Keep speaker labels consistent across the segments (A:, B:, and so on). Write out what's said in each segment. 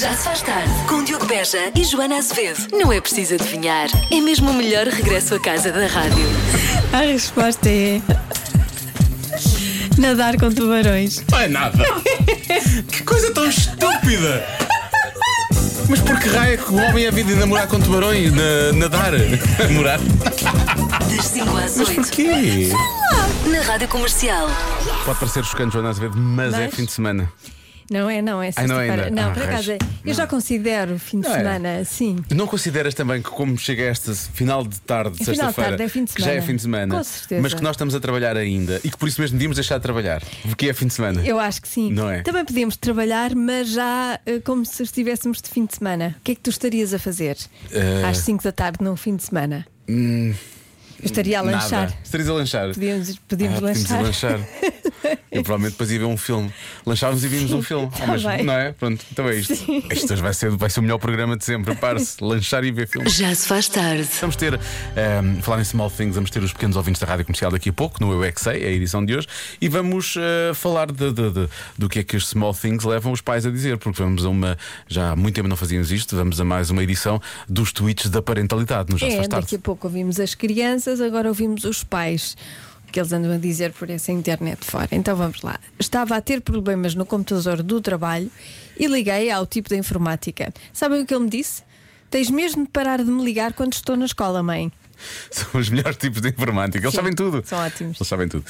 A: Já se faz tarde com Diogo Beja e Joana Azevedo. Não é preciso adivinhar, é mesmo o melhor regresso à casa da rádio.
B: A resposta é. Nadar com tubarões.
C: Não é nada. que coisa tão estúpida. Mas por que raio é que o homem é vida de namorar com tubarões? Na, nadar? Namorar?
A: Das 5 às 8,
C: Porquê?
A: na rádio comercial.
C: Pode parecer chocante, Joana Azevedo, mas, é
B: Mas?
C: fim de semana.
B: Não é, não, é
C: Ai, não
B: sexta-feira.
C: ainda.
B: Não,
C: Ah,
B: por acaso, é.
C: raios.
B: eu já considero fim de
C: Não é?
B: semana, sim.
C: Não consideras também que, como chega este final de tarde, de
B: É final de
C: sexta-feira,
B: tarde, é fim de
C: que já é
B: semana.
C: fim de semana,
B: Com certeza.
C: mas que nós estamos a trabalhar ainda e que por isso mesmo devíamos deixar de trabalhar, porque é fim de semana?
B: Eu acho que sim.
C: Não é?
B: Também podemos trabalhar, mas já eh, como se estivéssemos de fim de semana. O que é que tu estarias a fazer
C: Eh, hum,
B: às 5 da tarde num fim de semana? eu estaria a
C: Nada.
B: lanchar.
C: Estarias a lanchar?
B: Podíamos, podíamos
C: Ah, podíamos ir
B: lanchar.
C: lanchar. Eu provavelmente depois ia ver um filme. Lanchávamos e vimos um filme.
B: tá
C: ao mesmo,
B: bem.
C: não é? Pronto, então é isto. Isto hoje vai ser, vai ser o melhor programa de sempre. Prepare-se, lanchar e ver filmes.
A: Já se faz tarde.
C: Vamos ter, ehm, falar em Small Things, vamos ter os pequenos ouvintes da rádio comercial daqui a pouco, no Eu é Que Sei, é a edição de hoje, e vamos eh, falar de, de- de- do que é que os Small Things levam os pais a dizer, porque vamos a uma. Já há muito tempo não fazíamos isto, vamos a mais uma edição dos tweets da parentalidade, no Já se
B: É,
C: faz tarde.
B: daqui a pouco ouvimos as crianças, agora ouvimos os pais. o Que eles andam a dizer por essa internet fora. Então vamos lá. Estava a ter problemas no computador do trabalho e liguei ao tipo da informática. Sabem o que ele me disse? Tens mesmo de parar de me ligar quando estou na escola, mãe.
C: São os melhores tipos de informática. Eles
B: Sim,
C: sabem tudo.
B: são ótimos.
C: Eles sabem tudo.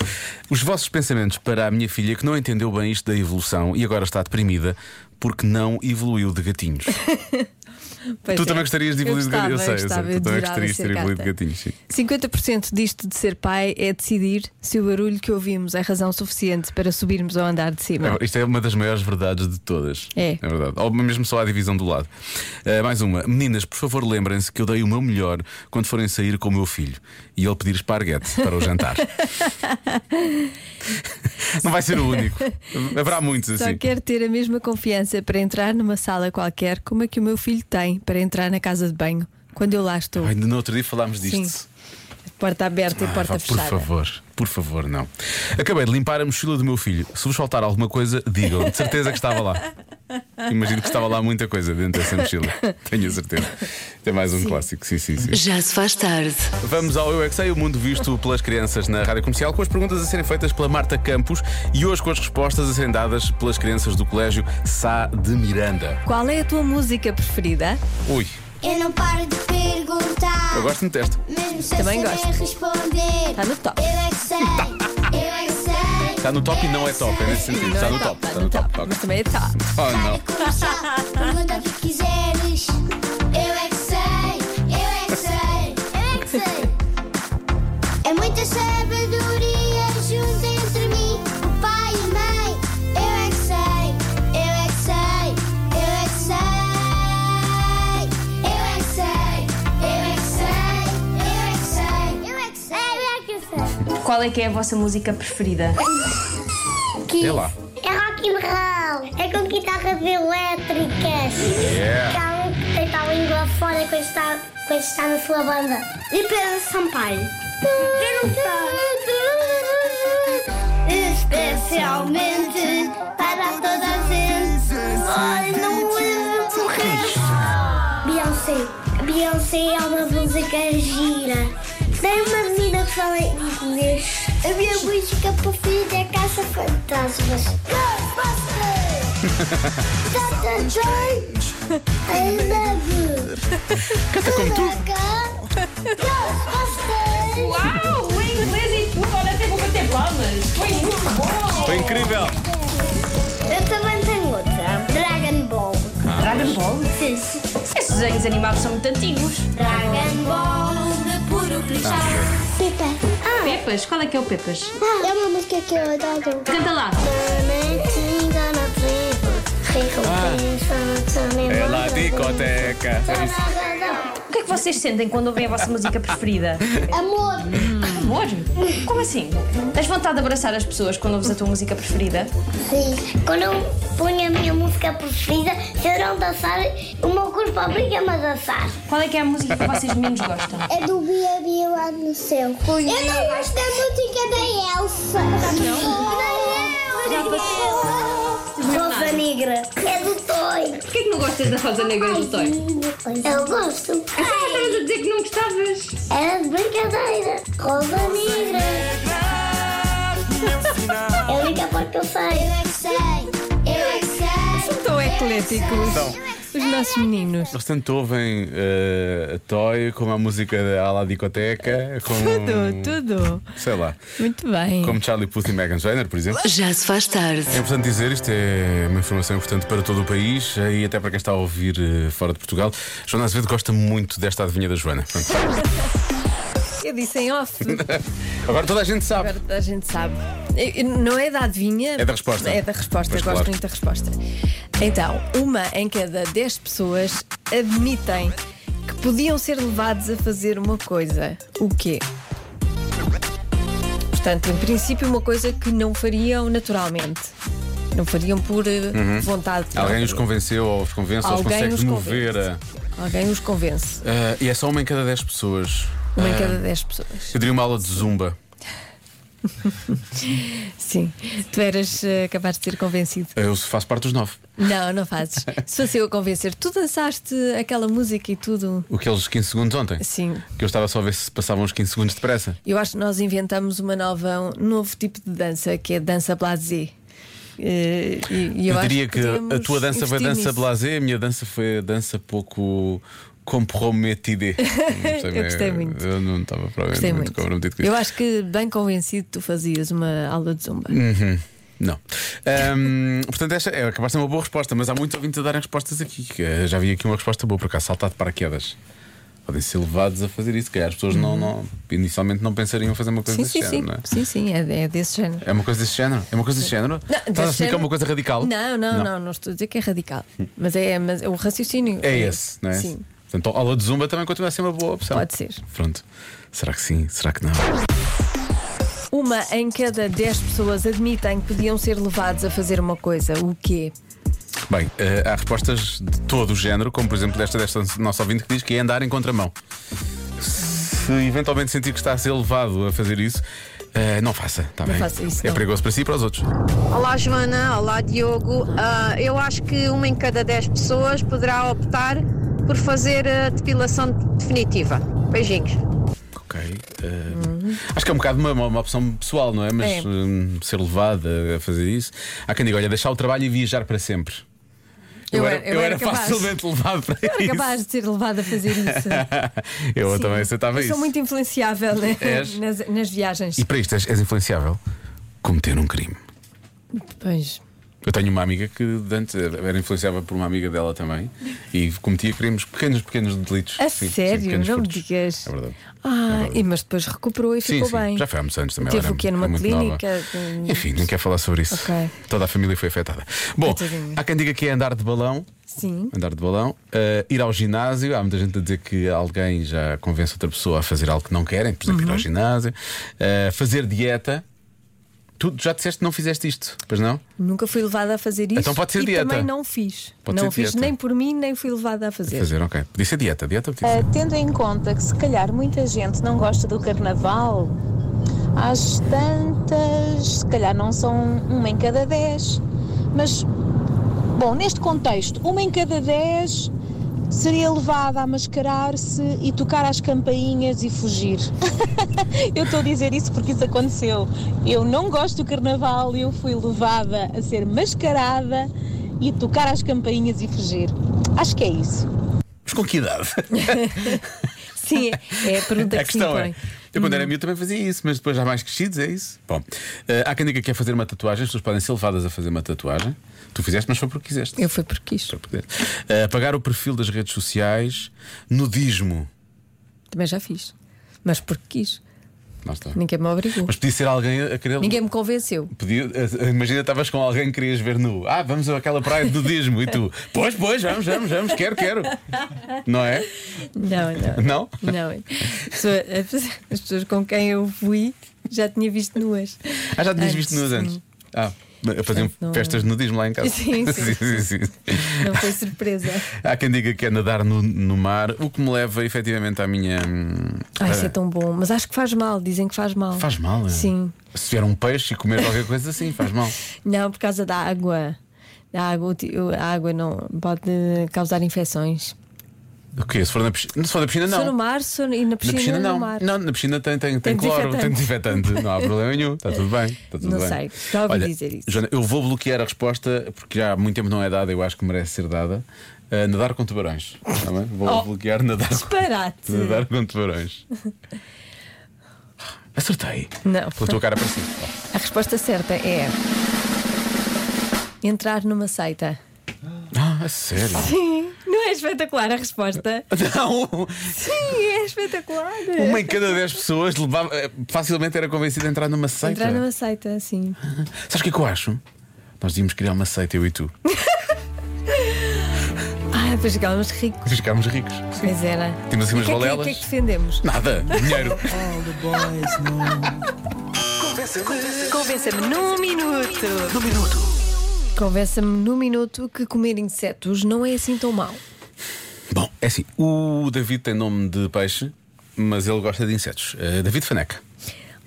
C: Os vossos pensamentos para a minha filha que não entendeu bem isto da evolução e agora está deprimida porque não evoluiu de gatinhos.
B: Pois
C: tu
B: é.
C: também gostarias de
B: Eu
C: evoluir de
B: gostava,
C: gatinhos.
B: eu
C: sei,
B: gostava,
C: Tu
B: eu
C: também
B: adorava
C: gostarias de
B: ser
C: ter evoluído de
B: gata.
C: gatinhos. Sim.
B: 50% disto de ser pai é decidir se o barulho que ouvimos é razão suficiente para subirmos ao andar de cima.
C: É, Isto é uma das maiores verdades de todas.
B: É.
C: verdade. Ou mesmo só a divisão do lado. Ah, mais uma. Meninas, por favor, lembrem-se que eu dei o meu melhor quando forem sair com o meu filho e ele pedir esparguete para o jantar. Não vai ser o único. Haverá muitos
B: Só
C: assim.
B: quero ter a mesma confiança para entrar numa sala qualquer como a que o meu filho tem para entrar na casa de banho quando eu lá estou.
C: Ai, no outro dia falámos disto.
B: Sim. Porta aberta e
C: Ah,
B: porta
C: vá, por
B: fechada.
C: favor, por favor, não. Acabei de limpar a mochila do meu filho. Se vos faltar alguma coisa, digam. De certeza que estava lá. Imagino que estava lá muita coisa dentro dessa mochila. Tenho a certeza. Tem mais um clássico. Sim, sim, sim.
A: Já se faz tarde.
C: Vamos ao Eu é Que Sei, o mundo visto pelas crianças na rádio comercial, com as perguntas a serem feitas pela Marta Campos e hoje com as respostas a serem dadas pelas crianças do colégio Sá de Miranda.
B: Qual é a tua música preferida?
C: Ui,
D: Eu não paro de perguntar.
C: eu gosto de teste.
D: Mesmo sem
B: Também
D: saber
B: gosto.
D: responder.
B: Tá no top.
D: Eu é que sei. eu é que sei.
C: Está no top e não é top, é nesse sentido. Está
B: Não
C: no
B: é
C: top, está
B: não
C: no top.
B: top,
C: ok.
B: Mas também é top.
C: Oh, não.
D: Para começar, pergunta o que quiseres. Eu é que sei. Eu é que sei. Eu é que sei. É muita sabedoria junto entre mim, o pai e a mãe. Eu é que sei. Eu é que sei. Eu é que sei. Eu é que sei. Eu é que sei. Eu é que sei. Eu é que sei. Eu é que sei.
E: Qual é que é a vossa música preferida?
C: É lá.
D: É rock and roll, é com guitarras elétricas.
C: Yeah.
D: Está um que deita a língua fora quando está, quando está na sua banda. E Pedro Sampaio. Especialmente para toda a gente. Olha, não leva morrer. Beyoncé. Beyoncé é uma música gira. Tem uma menina que fala em inglês. A minha música preferida é Caça Fantasmas. Ghostbusters! Dr. Jones! I love you! Canta como tu? Ghostbusters!
E: Uau! Em inglês e tudo, olha, até vou bater palmas! Foi muito bom!
C: Foi incrível.
D: Eu também tenho outra. Dragon Ball.
E: Dragon Ball?
D: Sim.
E: Esses desenhos animados são muito antigos.
D: Dragon Ball de puro cristal.
E: Pepas, qual é que é o Pepas?
D: É uma música que eu adoro.
E: Canta lá!
C: Ela é discoteca.
E: O que é que vocês sentem quando ouvem a vossa música preferida?
D: Amor,
E: Amor? Como assim? Tens vontade de abraçar as pessoas quando ouves a tua música preferida?
D: sim. Quando eu ponho a minha música preferida, se eu não dançar, o meu corpo obriga-me a dançar.
E: Qual é que é a música que vocês menos gostam?
D: É do Bia Bia lá no céu. Eu não
E: é.
D: gosto da música da Elsa. Não? Da Elsa. É Rosa Negra. É do Toy.
E: Porquê que não gostas gostas da Rosa Negra dos Toys?
D: Eu gosto.
E: Ah, estavas a dizer que não gostavas.
D: Era de brincadeira. Rosa negra. É a única parte que eu sei. Eu é que sei. Eu é que sei.
B: Tão ecléticos.
E: é
B: Os nossos meninos.
C: Eles tanto ouvem eh, a Toy como a música da Ala Dicoteca, como.
B: Tudo, tudo.
C: Sei lá.
B: Muito bem.
C: Como Charlie Puth e Meghan Trainor, por exemplo.
A: Já se faz tarde.
C: É importante dizer, isto é uma informação importante para todo o país eh, e até para quem está a ouvir eh, fora de Portugal. Joana Azevedo gosta muito desta adivinha da Joana. Portanto,
B: Eu disse em off.
C: agora toda a gente sabe.
B: Agora toda a gente sabe. Eu- eu- Não é da adivinha.
C: É da resposta.
B: É da resposta.
C: Pois
B: eu gosto
C: claro.
B: muito da resposta. Então, uma em cada 10 pessoas admitem que podiam ser levados a fazer uma coisa. O quê? Portanto, em princípio, uma coisa que não fariam naturalmente. Não fariam por eh, vontade.
C: Uhum. Alguém os convenceu ou os convence, ou os
B: Alguém
C: consegue
B: os
C: mover a.
B: Alguém os convence.
C: Ah, e é só uma em cada 10 pessoas.
B: Uma em
C: Ah,
B: cada 10 pessoas.
C: Eu diria uma aula de zumba.
B: Sim. Tu eras eh, capaz de ser convencido.
C: Eu faço parte dos 9.
B: Não, não fazes. Se fosse eu a convencer, tu dançaste aquela música e tudo.
C: Aqueles 15 é segundos ontem.
B: Sim.
C: Que eu estava só a ver se passavam os 15 segundos depressa.
B: Eu acho que nós inventamos uma nova, um novo tipo de dança, que é a dança blasé. Eh, E, e
C: Eu,
B: acho
C: diria que, a
B: podíamos
C: tua dança foi a
B: investir
C: dança
B: nisso.
C: blasé, a minha dança foi a dança pouco comprometida. Não sei
B: Eu
C: bem,
B: gostei muito.
C: Eu não estava provavelmente
B: Gostei
C: muito,
B: muito.
C: comprometido com isso.
B: Eu acho que bem convencido tu fazias uma aula de zumba.
C: Hum, Não. Ahm, portanto, esta é, acabaste de ser uma boa resposta, mas há muitos ouvintes a darem respostas aqui. que, eh, Já vi aqui uma resposta boa, por acaso, saltar de paraquedas. Podem ser levados a fazer isso, se calhar as pessoas não, não, inicialmente não pensariam em fazer uma coisa
B: Sim,
C: desse
B: sim, sim.
C: género, não é?
B: Sim, sim, é, é desse género.
C: É uma coisa desse género? É uma coisa desse género?
B: Não,
C: Estás a
B: desse
C: assumir que é
B: género-
C: uma coisa radical? Hum.
B: Não, não, não, não, estou a dizer que é radical. Mas é, mas é o raciocínio.
C: É esse, não é?
B: Sim.
C: Portanto, aula de zumba também continua a ser uma boa opção.
B: Pode ser.
C: Pronto. Será que sim? Será que não?
B: Uma em cada 10 pessoas admitem que podiam ser levados a fazer uma coisa. O quê?
C: Bem, eh, há respostas de todo o género, como por exemplo desta, desta nossa ouvinte que diz que é andar em contramão. Se eventualmente sentir que está a ser levado a fazer isso, eh, não faça, está bem?
B: faça isso,
C: é
B: não.
C: perigoso para si e para os outros.
F: Olá Joana, olá Diogo. Ah, eu acho que uma em cada dez pessoas poderá optar por fazer a depilação definitiva. Beijinhos.
C: Ok. eh, Acho que é um bocado uma, uma- uma opção pessoal, não é? Mas
B: É.
C: hum, ser levado a- a fazer isso. Há quem diga, olha, deixar o trabalho e viajar para sempre.
B: Eu era- eu era capaz.
C: facilmente levado para
B: Era
C: isso.
B: capaz de ser levado a fazer isso.
C: eu
B: Sim.
C: também aceitava
B: Eu
C: isso.
B: Sou muito influenciável né?
C: És.
B: nas, nas viagens.
C: E para isto és, és influenciável? Cometer um crime.
B: Pois.
C: Eu tenho uma amiga que antes era influenciada por uma amiga dela também e cometia crimes, pequenos, pequenos delitos.
B: A
C: Sim, sim,
B: sério,
C: pequenos
B: não me
C: furtos.
B: digas.
C: É verdade.
B: Ah, e, mas depois recuperou e
C: Sim,
B: ficou
C: sim.
B: bem.
C: Já foi há muitos anos também.
B: Teve
C: ela era
B: o quê? Numa
C: muito nova.
B: clínica? Hum,
C: Enfim, nem quero falar sobre isso.
B: Ok.
C: Toda a família foi afetada. Bom,
B: Coitadinha.
C: há quem diga que é andar de balão.
B: Sim.
C: Andar de balão, eh, ir ao ginásio. Há muita gente a dizer que alguém já convence outra pessoa a fazer algo que não querem, por exemplo, ir ao
B: Uhum.
C: ginásio, Eh, fazer dieta. Tu já disseste que não fizeste isto, pois não?
B: Nunca fui levada a fazer isso.
C: Então pode ser
B: e
C: dieta.
B: também não fiz.
C: Pode
B: não
C: ser
B: fiz
C: dieta.
B: nem por mim, nem fui levada a fazer.
C: Fazer, ok. Podia ser dieta, dieta. tipo, podia ser.
G: Uh, tendo em conta que se calhar muita gente não gosta do carnaval, às tantas, se calhar não são uma em cada dez, mas, bom, neste contexto, uma em cada dez seria levada a mascarar-se e tocar às campainhas e fugir. eu estou a dizer isso porque isso aconteceu. Eu não gosto do carnaval, eu fui levada a ser mascarada e tocar às campainhas e fugir. Acho que é isso.
C: Mas com que idade?
B: Sim, é é a pergunta
C: A
B: que Uhum. se
C: questão
B: impõe.
C: é. Eu, quando era miúdo, também fazia isso, mas depois já mais crescidos, é isso? Bom, eh, há quem diga que quer fazer uma tatuagem, as pessoas podem ser levadas a fazer uma tatuagem. Tu fizeste, mas foi porque quiseste.
B: Eu fui porque quis.
C: Foi porque quiseste. Eh, apagar o perfil das redes sociais, nudismo.
B: Também já fiz. Mas porque quis.
C: Lá está.
B: Ninguém me obrigou.
C: Mas podia ser alguém a querer.
B: Ninguém me convenceu.
C: Podia, eh, imagina, estavas com alguém que querias ver nu. Ah, vamos àquela praia de nudismo. E tu, pois, pois, vamos, vamos, vamos, quero, quero. Não é?
B: Não, não.
C: Não?
B: Não. Pessoa- As pessoas com quem eu fui já tinha visto nuas.
C: Ah, já tinhas visto nuas
B: sim.
C: antes? Ah, faziam
B: Portanto, não-
C: festas de nudismo lá em casa.
B: Sim, sim. Não foi surpresa.
C: Há quem diga que é nadar no, no mar, o que me leva efetivamente à minha. hum,
B: Ai,
C: ah,
B: isso é tão bom. Mas acho que faz mal, dizem que faz mal.
C: Faz mal, é?
B: Sim.
C: Se vier um peixe e comer qualquer coisa assim, faz mal.
B: Não, por causa da água. A água, a água não pode causar infecções.
C: O quê? Se for na piscina, se for na piscina
B: Se for no
C: não.
B: mar, se for- e na
C: Na
B: piscina,
C: piscina
B: no
C: não.
B: mar.
C: Não, na piscina tem, tem,
B: Tem
C: tem, cloro, tem desinfetante. Não há problema nenhum. Está tudo bem. Está tudo
B: Não
C: bem.
B: sei, já ouvi dizer isso.
C: Joana, eu vou bloquear a resposta porque já há muito tempo não é dada, eu acho que merece ser dada. Ah, nadar com tubarões. Está bem? Vou
B: Oh.
C: bloquear nadar, com-
B: Disparate.
C: nadar com tubarões. Acertei.
B: Não.
C: Pela tua cara para cima.
B: A resposta certa é. Entrar numa seita.
C: Ah, a sério?
B: Sim, não é espetacular a resposta?
C: Não!
B: Sim, é espetacular.
C: Uma em cada dez pessoas levava, eh, facilmente era convencida a entrar numa seita.
B: Entrar numa seita, sim.
C: Sabes o que é que eu acho? Nós devíamos criar uma seita, eu e tu.
B: Ah, depois ficávamos ricos.
C: Ficámos ricos.
B: Pois era.
C: Temos assim umas
B: O que é que-
C: valelas.
B: O que é que defendemos?
C: Nada, dinheiro.
A: Convença-me num minuto.
B: Convença-me num minuto que comer insetos não é assim tão mau.
C: Bom, é assim, o David tem nome de peixe, mas ele gosta de insetos. Eh, David Faneca.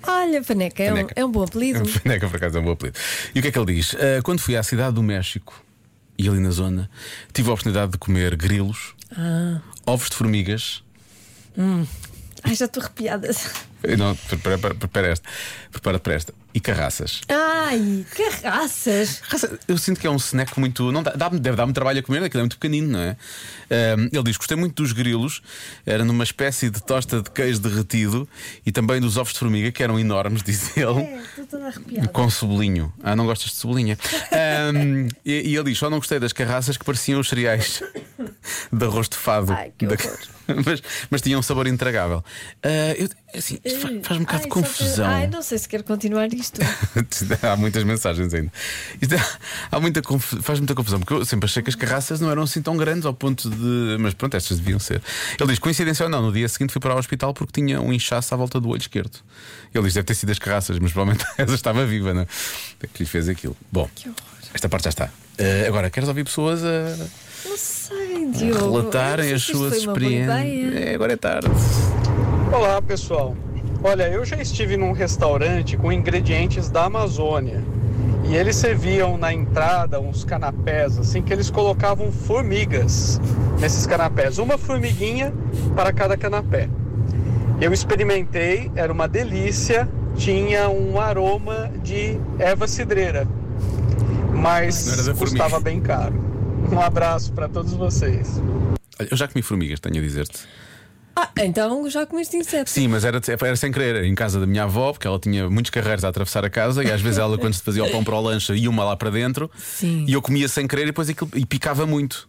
B: Olha, Faneca, é um,
C: Faneca.
B: é um bom apelido.
C: Faneca, por acaso, é um bom apelido. E o que é que ele diz? Eh, quando fui à cidade do México e ali na zona, tive a oportunidade de comer grilos,
B: Ah.
C: ovos de formigas.
B: Ai, já estou arrepiada.
C: Eh, Não, prepara, prepara, prepara esta. Prepara-te para esta. E carraças.
B: Ai, carraças!
C: Raça, Eu sinto que é um snack muito. Não, dá, dá- deve dar-me trabalho a comer, aquilo é muito pequenino, não é? Ahm, ele diz: gostei muito dos grilos, era numa espécie de tosta de queijo derretido e também dos ovos de formiga, que eram enormes, diz ele.
B: É, Estou toda arrepiada.
C: Com sublinho. Ah, não gostas de sublinha. Ahm, e, e ele diz: só não gostei das carraças que pareciam os cereais de arroz de fado.
B: Ai, que
C: Da-
B: horror.
C: mas, mas tinham um sabor intragável. Ah, eu- assim, isto fa- faz um bocado de confusão.
B: Eh, Ai, não sei se quero continuar isto.
C: há muitas mensagens ainda. Isto é- há muita confu- faz muita confusão, porque eu sempre achei que as carraças não eram assim tão grandes ao ponto de. Mas pronto, estas deviam ser. Ele diz: coincidência ou não, no dia seguinte fui para o hospital porque tinha um inchaço à volta do olho esquerdo. Ele diz: deve ter sido as carraças, mas provavelmente essa estava viva, não é? É que lhe fez aquilo. Bom, esta parte já está. Eh, agora, queres ouvir pessoas a
B: Não sei, Diogo. Eu
C: relatarem
B: não
C: as
B: sei se isto
C: suas
B: foi uma boa
C: experiências?
B: ideia.
C: É, agora é tarde.
H: Olá pessoal, olha eu já estive num restaurante com ingredientes da Amazônia e eles serviam na entrada uns canapés assim que eles colocavam formigas nesses canapés, uma formiguinha para cada canapé. Eu experimentei, era uma delícia, tinha um aroma de erva cidreira,
C: Não era
H: mas
C: da formiga.
H: custava bem caro. Um abraço para todos vocês.
C: Olha, eu já comi formigas, tenho a dizer-te.
B: Ah, então já comeste insetos.
C: Sim, mas era, era sem querer, era em casa da minha avó, porque ela tinha muitos carreiros a atravessar a casa e às vezes ela, quando se fazia o pão para o lanche, ia uma lá para dentro
B: Sim.
C: e eu comia sem querer e depois aquilo, e picava muito.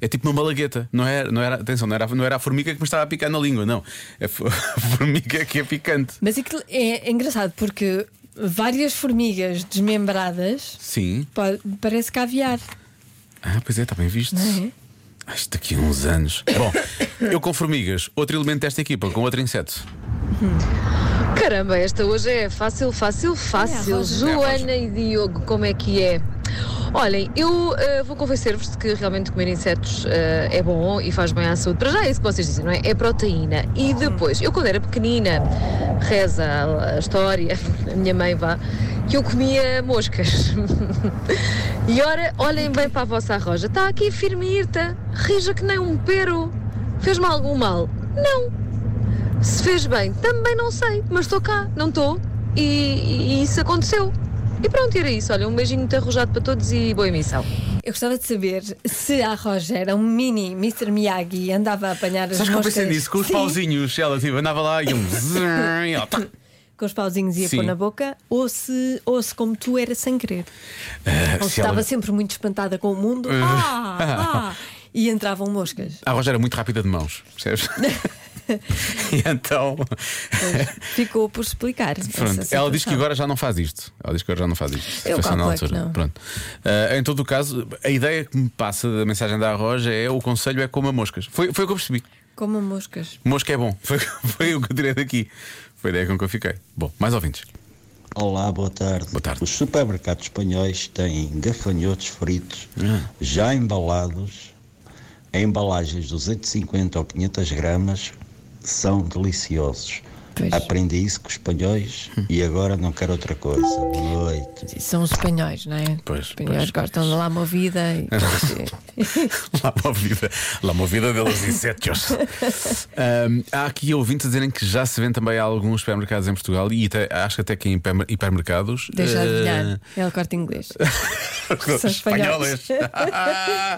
C: É tipo uma malagueta, não era, não era, atenção, não era, não era a formiga que me estava a picar na língua, não. É a fo- a formiga que é picante.
B: Mas aquilo é engraçado porque várias formigas desmembradas
C: Sim.
B: pa- parece caviar.
C: Ah, pois é, está bem visto.
B: Não é?
C: Ah, Isto daqui a uns anos. Bom, eu com formigas, outro elemento desta equipa, com outro inseto.
F: Caramba, esta hoje é fácil, fácil, fácil. Joana e Diogo, como é que é? Olhem, eu eh, vou convencer-vos de que realmente comer insetos eh, é bom e faz bem à saúde. Para já é isso que vocês dizem, não é? É proteína. E depois, eu quando era pequenina, reza a, a história, a minha mãe vá, que eu comia moscas. e ora, olhem bem para a vossa arroja. Está aqui firmirta, rija que nem um pero. Fez-me algum mal? Não. Se fez bem, também não sei, mas estou cá, não estou. E, e- e isso aconteceu. E pronto, era isso. Olha, um beijinho muito arrojado para todos e boa emissão.
B: Eu gostava de saber se a Roger era um mini Mr. Miyagi e andava a apanhar as
C: Sabes que eu
B: moscas
C: pensei nisso? Com os
B: Sim,
C: pauzinhos, ela tipo, andava lá e um. zzz, e ela, tac.
B: com os pauzinhos ia
C: Sim.
B: pôr na boca, ou se, ou se como tu era sem querer.
C: Ah,
B: Ou
C: se
B: se
C: ela- Eh.
B: estava sempre muito espantada com o mundo. Ah, ah, e entravam moscas.
C: A Roger era muito rápida de mãos, percebes? e então,
B: Ficou por explicar.
C: pronto,
B: essa
C: ela diz que
B: situação.
C: agora já não faz isto. Ela diz que agora já não faz isto.
B: Eu
C: Situação na
B: calculo é que não.
C: Pronto. Ah, em todo o caso, a ideia que me passa da mensagem da Roger é o conselho é coma moscas. Foi, foi o que eu percebi.
B: Coma moscas.
C: Mosca é bom. Foi, foi o que eu tirei daqui. Foi a ideia com que eu fiquei. Bom, mais ouvintes.
I: Olá, boa tarde.
C: Boa tarde.
I: Os supermercados espanhóis têm gafanhotos fritos
C: Ah.
I: já embalados em embalagens de 250 ou 500 gramas. São deliciosos.
B: Pois.
I: Aprendi isso com os espanhóis e agora não quero outra coisa. Boa noite.
B: São os espanhóis, não é?
C: Pois,
B: os espanhóis
C: pois,
B: gostam de lá movida. E...
C: Lá movida, lá movida deles insetos. Ahm, há aqui ouvintes a dizerem que já se vende também a alguns supermercados em Portugal e até- acho que até que em hiper- hipermercados.
B: Deixa
C: eh,
B: adivinhar. É o corte inglês. São espanhóis.
C: espanholas.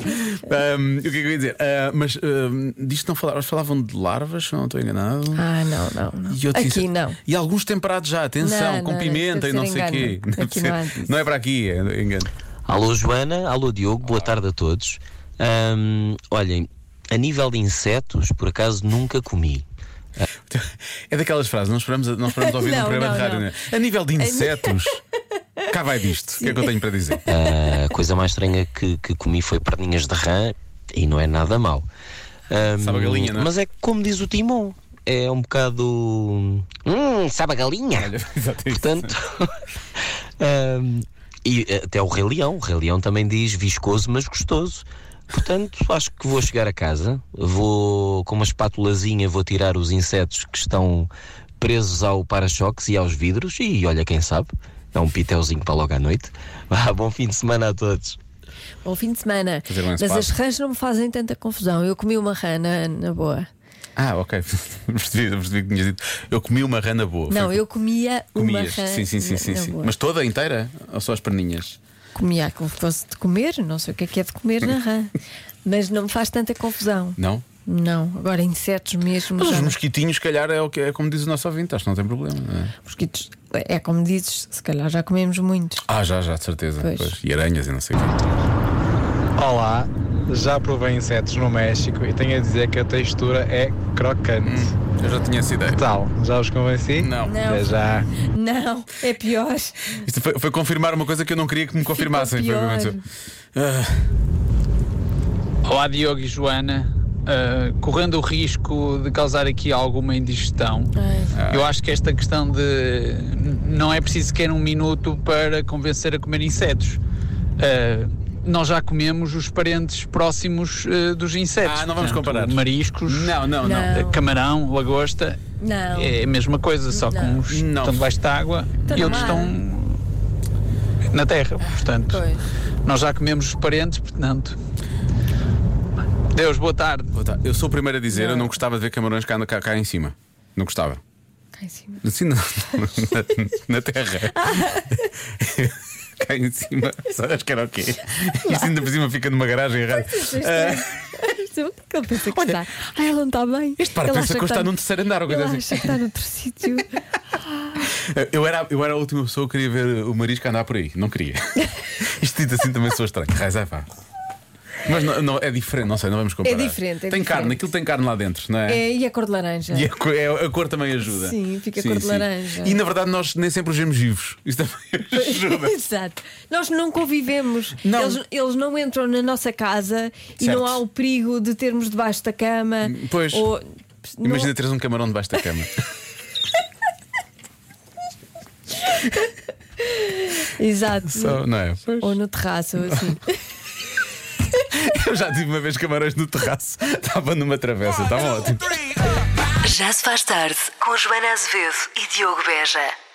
C: Ahm, o que é que eu ia dizer? Ah, mas ahm, disto não falaram, falavam de larvas, se não estou enganado.
B: Ah, não, não. não.
C: E eu te
B: Aqui
C: disse-
B: não.
C: E alguns temperados já, atenção,
B: Não,
C: com
B: não,
C: pimenta
B: deve
C: e não
B: ser
C: sei o quê.
B: engano. Aqui não há
C: Deve ser-
B: disso.
C: não é para aqui, é engano.
J: Alô Joana, alô Diogo, boa tarde a todos. Ahm, olhem, a nível de insetos, por acaso nunca comi.
C: É daquelas frases, não esperamos, não esperamos ouvir
B: Não,
C: num programa
B: não,
C: de rádio.
B: não.
C: né? A nível de insetos, cá vai disto. O que é que eu tenho para dizer?
J: Ah, A coisa mais estranha que, que comi foi perninhas de rã e não é nada mau. Ahm,
C: Sabe a galinha, não é?
J: Mas é que, como diz o Timon, é um bocado. Hum, sabe a galinha?
C: Exatamente.
J: Portanto, hum, e até o Rei Leão. O Rei Leão também diz viscoso, mas gostoso. Portanto, acho que vou chegar a casa, vou com uma espátulazinha, vou tirar os insetos que estão presos ao para-choques e aos vidros e olha quem sabe, dá um piteuzinho para logo à noite. Vá, bom fim de semana a todos.
B: Bom fim de semana.
C: Fazer um
B: Mas
C: espaço.
B: as rãs não me fazem tanta confusão. Eu comi uma rã na, na boa.
C: Ah, ok. Percebi, percebi que tinhas dito. Eu comi uma rana boa.
B: Não,
C: Foi-
B: eu comia uma
C: comias.
B: rã.
C: Sim, sim, sim,
B: na-
C: sim,
B: na
C: sim.
B: boa.
C: Mas toda inteira? Ou só as perninhas?
B: Comia aquilo que fosse de comer, não sei o que é que é de comer na rã. Mas não me faz tanta confusão.
C: Não?
B: Não, agora insetos mesmo.
C: Mas
B: já
C: os
B: não-
C: mosquitinhos, se calhar, é, o que, é como diz o nosso ouvinte, acho que não tem problema. não é?
B: mosquitos. É como dizes, se calhar já comemos muitos.
C: Ah, já, já, de certeza.
B: Pois.
C: Pois. E aranhas e não sei o quê.
K: Olá, já provei insetos no México e tenho a dizer que a textura é crocante.
C: Eu já tinha essa ideia.
K: Tal, já os convenci?
C: Hum. Não.
B: Não.
K: Até já.
B: Não, é pior.
C: Isto foi, foi confirmar uma coisa que eu não queria que me confirmassem. Foi o que
B: pior.
C: aconteceu. Ah,
L: Olá Diogo e Joana, Ah, correndo o risco de causar aqui alguma indigestão,
C: Ah.
L: eu acho que esta questão de n- não é preciso sequer um minuto para convencer a comer insetos. Ah, nós já comemos os parentes próximos ah, dos insetos.
C: Ah, não vamos
L: portanto,
C: comparar.
L: Mariscos, ah,
C: não, não, não.
B: Não.
L: camarão, lagosta,
B: Não.
L: é a mesma coisa, só que
B: Então, Não.
L: uns
C: Não.
L: estão debaixo da água
B: Estão
L: e
B: no
L: outros
B: mar. Ah,
L: estão na terra. Portanto,
B: Pois.
L: nós já comemos os parentes, portanto. Deus, boa tarde.
C: Pô, tá, Eu sou o primeiro a dizer, eu não gostava de ver camarões cá, cá, cá em cima. Não gostava.
B: Cá em cima.
C: Assim, na, na- na terra. Cá em cima. Só acho que era o quê? Isto ainda por cima fica numa garagem errada. Ah,
B: O que é que ele pensa que está? Ah, ela não está bem. Este
C: Para, pensa que eu está num terceiro andar ou
B: tá- Ele
C: coisa assim. Ah,
B: acha que está noutro sítio.
C: Eu era, eu era a última pessoa que queria ver o marisco andar por aí. Não queria. Isto dito assim também sou estranho. Raiz é pá. Mas não, não, é diferente, não sei, não vamos comparar.
B: É diferente, é
C: tem carne,
B: diferente.
C: aquilo tem carne lá dentro, não é?
B: É, e a cor de laranja?
C: E a co- é- a cor, também ajuda.
B: Sim, fica a cor de laranja.
C: E na verdade nós nem sempre os vemos vivos. Isto também ajuda.
B: Exato. Nós não convivemos.
C: é? Não.
B: Eles, eles não entram na nossa casa e
C: Certo.
B: não há o perigo de termos debaixo da cama.
C: Pois.
B: Ou...
C: Imagina teres um camarão debaixo da cama.
B: Não- Exato.
C: Só, não é? Pois.
B: Ou no terraço, ou assim.
C: Eu já tive uma vez camarões no terraço. Estava numa
B: Ah.
C: travessa, estava ótimo.
A: Já se faz tarde com Joana Azevedo e Diogo Beja.